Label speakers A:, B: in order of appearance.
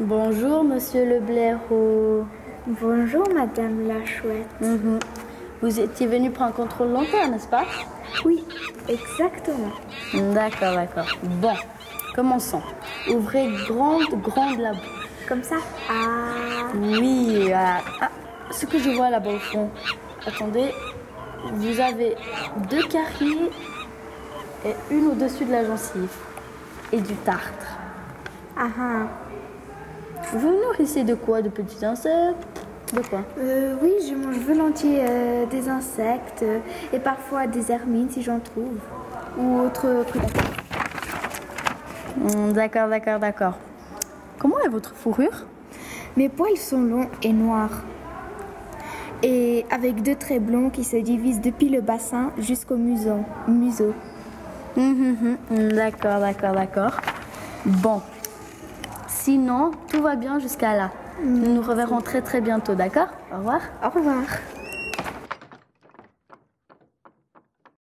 A: Bonjour, monsieur Le Blaireau.
B: Bonjour, madame la chouette.
A: Mhm. Vous étiez venu prendre contrôle longtemps, n'est-ce pas
B: Oui, exactement.
A: D'accord, d'accord. Bon, commençons. Ouvrez grande, grande la bouche.
B: Comme ça. Ah,
A: Oui, voilà. Ah, ce que je vois là-bas au fond. Attendez, vous avez deux caries et une au-dessus de la gencive et du tartre.
B: ah, ah.
A: Vous nourrissez de quoi De petits insectes De quoi
B: Euh, oui, je mange volontiers euh, des insectes euh, et parfois des hermines si j'en trouve. Ou autres prédateurs.
A: Hmm, D'accord, d'accord, d'accord. Comment est votre fourrure
B: Mes poils sont longs et noirs. Et avec deux traits blonds qui se divisent depuis le bassin jusqu'au museau. museau.
A: Mhm, mhm. D'accord, d'accord, d'accord. Bon. Sinon, tout va bien jusqu'à là. Nous nous reverrons très très bientôt, d'accord Au revoir.
B: Au revoir.